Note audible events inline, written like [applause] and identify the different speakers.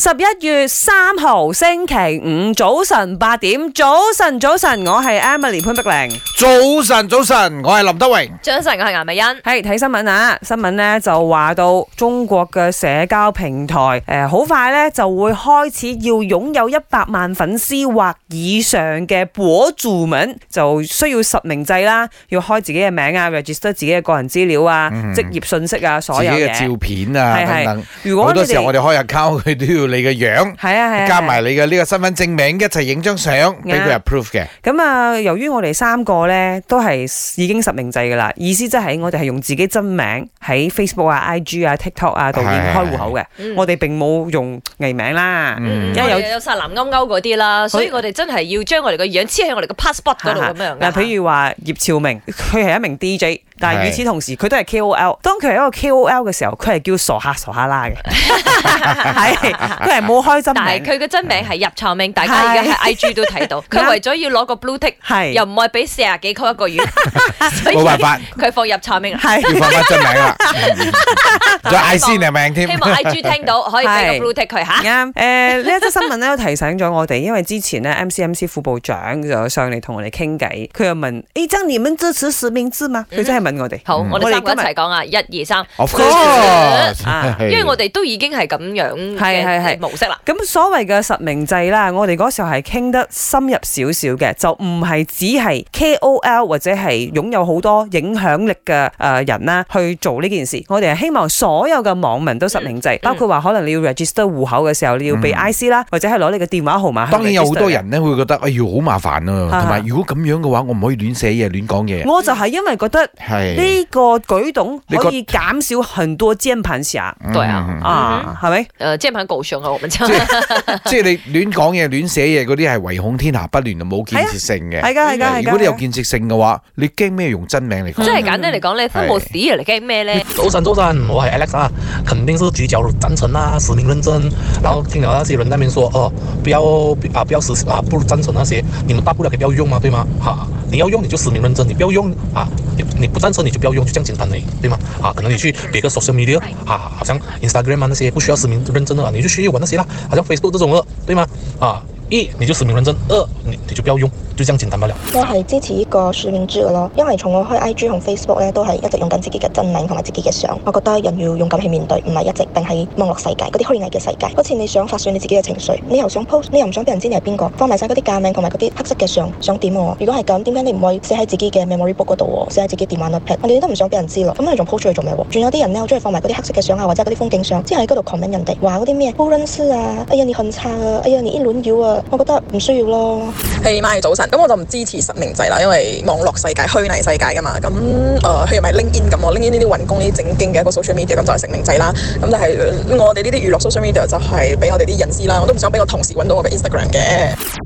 Speaker 1: 十一月三號星期五早晨八點，早晨早晨，我係 Emily 潘碧玲。
Speaker 2: 早晨，早晨，我係林德榮。
Speaker 3: 早晨，我係顏美欣。
Speaker 1: 係睇新聞啊，新聞呢就話到中國嘅社交平台誒，好、快呢就會開始要擁有一百萬粉絲或以上嘅博主們，就需要實名制啦，要開自己嘅名啊，register 自己嘅個人資料啊、職業信息啊，
Speaker 2: 嗯自
Speaker 1: 所
Speaker 2: 己
Speaker 1: 有
Speaker 2: 嘅
Speaker 1: 嘢。
Speaker 2: 照片啊，
Speaker 1: 係係
Speaker 2: 等等，
Speaker 1: 如果
Speaker 2: 好
Speaker 1: 你
Speaker 2: 多時候我
Speaker 1: 哋
Speaker 2: 哋開 account，佢 [laughs] 都要你嘅樣，
Speaker 1: 係啊係啊，
Speaker 2: 加
Speaker 1: 係啊
Speaker 2: 埋你嘅呢個身份證明，一齊影張相俾佢 approve 嘅。
Speaker 1: 咁啊，由於我哋三個咧都係已經實名制噶啦，意思即係我哋係用自己真名喺 Facebook 啊、IG 啊、TikTok 啊度
Speaker 2: 係
Speaker 1: 開戶口嘅，
Speaker 3: 嗯
Speaker 1: 我哋並冇用藝名啦。
Speaker 2: 嗯
Speaker 3: 嗯，
Speaker 1: 因為
Speaker 3: 因為
Speaker 1: 有
Speaker 3: 有有晒藍勾勾嗰啲啦，所以我哋真係要將我哋個樣黐喺我哋個 passport 嗰度咁
Speaker 1: [laughs]
Speaker 3: 樣㗎
Speaker 1: 嗱，譬如話葉兆明，佢係一名 DJ，但係與
Speaker 2: 係
Speaker 1: 此同時，佢都係 KOL。當佢係一個 KOL 嘅時候，佢係叫傻下傻下啦
Speaker 3: [laughs]
Speaker 1: 嘅，係佢係冇開真
Speaker 3: 但係
Speaker 1: 名，
Speaker 3: 佢嘅真名係入錯名，大家而家喺 IG 都睇到。
Speaker 1: [laughs]
Speaker 3: 佢為咗要攞個 blue tick，
Speaker 1: 係
Speaker 3: 又唔係俾四廿幾扣一個月，
Speaker 1: [laughs]
Speaker 3: 所以
Speaker 2: 冇辦法，
Speaker 3: 佢放入錯名啦。
Speaker 1: 係
Speaker 2: 要。放翻真名啦， [laughs] 再嗌先嘅名
Speaker 3: 希
Speaker 2: 添。
Speaker 3: 望 IG 聽到可以俾個 blue tick 佢吓。
Speaker 1: 啱，誒呢一則新聞咧都提醒咗我哋，因為之前咧 MCMC 副部長就上嚟同我哋傾偈，佢又問：誒，張你們支持實名制嗎？
Speaker 2: 嗯
Speaker 1: 佢真係問我哋。
Speaker 3: 好，我哋三個
Speaker 1: 我哋
Speaker 3: 一
Speaker 1: 今日
Speaker 3: 齊講啊，一二三，
Speaker 2: Of course，
Speaker 1: 啊
Speaker 2: [laughs] 係
Speaker 3: 因為我哋都已經係咁樣
Speaker 1: 係係係
Speaker 3: 嘅模式啦。
Speaker 1: 咁所謂嘅實名制啦，我哋嗰時候係傾得深入少少嘅，就唔係只係 KOL 或者係擁有好多影響力嘅誒人啦去做呢件事。我哋係希望所有嘅網民都實名
Speaker 2: 嗯
Speaker 1: 制，包括話可能你要 register 戶口嘅時候，你要俾 IC 啦，或者係攞你嘅電話號碼去 register 嘅。
Speaker 2: 當然有好多人咧會覺得，哎呀好麻煩
Speaker 1: 啊
Speaker 2: 啊，同埋如果咁樣嘅話，我唔可以亂寫嘢、亂講嘢。
Speaker 1: 我就係因為覺得。
Speaker 2: 係
Speaker 1: 呢個舉動
Speaker 2: 你覺
Speaker 1: 可以減少很多鍵盤俠
Speaker 2: 嗯
Speaker 3: 對啊，
Speaker 1: 啊，係咪？
Speaker 3: 誒，即係喺告上啊，我們真
Speaker 2: 即係 [laughs] 即係你亂講嘢、亂寫嘢嗰啲係唯恐天下不亂，冇建設性嘅。
Speaker 1: 係噶係噶係啊
Speaker 2: 如
Speaker 1: 噶。
Speaker 2: 果你有建設性嘅話，你驚咩用真名嚟講？
Speaker 3: 即係簡單嚟講，你分冇屎啊，你驚咩咧？
Speaker 4: 早晨，早晨，我係 Alex 啊，肯定是舉腳贊成啊，實名認證。然後聽了那些人那邊說，哦，不要啊，不要實啊，不贊成那些，你們大不了可以不要用嘛，对吗？哈、你要用你就實名認證，你不要用啊，你你不贊成你就不要用，就這樣簡單而已，对吗？啊，可能你去別個 social media 啊，好像 Instagram 啊那些不需要實名認證的啊，你就去玩那些啦，好像 Facebook 這種的，对吗？啊，一你就實名認證，二你你就不要用，就這樣簡單不了。
Speaker 5: 我係支持呢個實名制嘅咯，因為從我開 IG 同 Facebook 咧，都係一直用緊自己嘅真名同埋自己嘅相。我覺得人要勇敢去面對，唔係一直定喺網絡世界嗰啲虛擬嘅世界。好似你想發泄你自己嘅情緒，你又想 post，你又唔想俾人知你係邊個，放埋晒嗰啲假名同埋嗰啲黑色嘅相，想點我？如果係咁，點解你唔可以寫喺自己嘅 memory book 嗰度喎？寫喺自己電話 notepad，我哋都唔想俾人知咯。咁你仲 post 出去做咩喎？仲有啲人咧，好中意放埋嗰啲黑色嘅相啊，或者嗰啲風景相，之後喺嗰度 comment 人哋話嗰啲咩 b o r n s 啊，哎呀你很差啊，哎呀你一輪妖啊，我覺得唔需要咯。
Speaker 6: 係晚早晨，咁我就唔支持實名制啦，因為網絡世界、虛擬世界噶嘛，咁誒譬如咪 LinkedIn 咁喎，LinkedIn 呢啲揾工呢啲正經嘅一個 social media 咁就係實名制啦，咁但係我哋呢啲娛樂 social media 就係俾我哋啲隱私啦，我都唔想俾我同事揾到我嘅 Instagram 嘅。